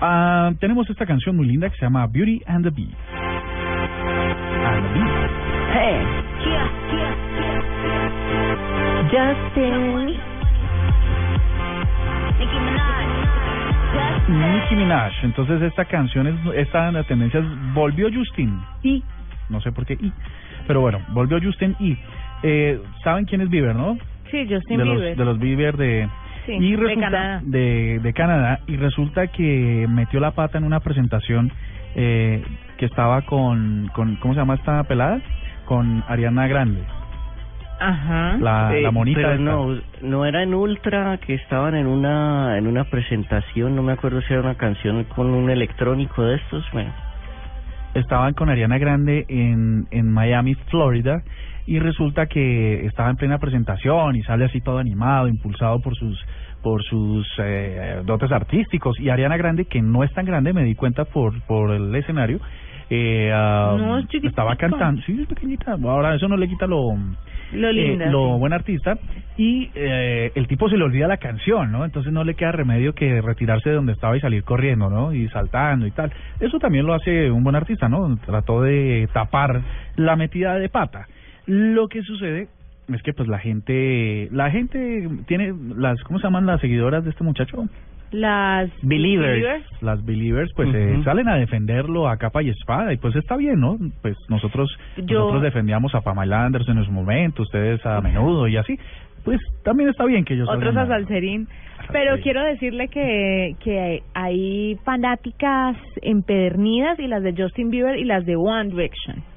Ah, tenemos esta canción muy linda que se llama Beauty and the Bee. And the Bee. Hey, Justin, Nicki Minaj. Entonces esta canción, es, esta la tendencia es, volvió Justin y, no sé por qué y, pero bueno, volvió Justin y. Eh, ¿Saben quién es Bieber, no? Sí, Justin de los, Bieber. de los Bieber de... Sí, y de resulta, Canadá. De, de Canadá. Y resulta que metió la pata en una presentación eh, que estaba con, con... ¿Cómo se llama esta pelada? Con Ariana Grande. Ajá. La, Eh, la monita. pero esta. no, no era en Ultra que estaban en una en una presentación, no me acuerdo si era una canción con un electrónico de estos, bueno. estaban con Ariana Grande en, en Miami, Florida, y resulta que estaba en plena presentación y sale así todo animado, impulsado por sus por sus eh, dotes artísticos y Ariana Grande que no es tan grande me di cuenta por por el escenario eh, ah, No, es chiquitica. estaba cantando sí es pequeñita ahora eso no le quita lo Lo eh, linda, lo sí. buen artista y eh, el tipo se le olvida la canción no entonces no le queda remedio que retirarse de donde estaba y salir corriendo no y saltando y tal eso también lo hace un buen artista no trató de tapar la metida de pata lo que sucede es que pues la gente la gente tiene las cómo se llaman las seguidoras de este muchacho Las Believers. las believers pues Ujú. eh, salen a defenderlo a capa y espada y pues está bien no pues nosotros Yo- nosotros defendíamos a Pamela Anderson en su momento ustedes a menudo y así pues también está bien que ellos otros a salgan Salserín. a Pero Salserín. quiero decirle que, que hay fanáticas empedernidas y las de Justin Bieber y las de One Direction.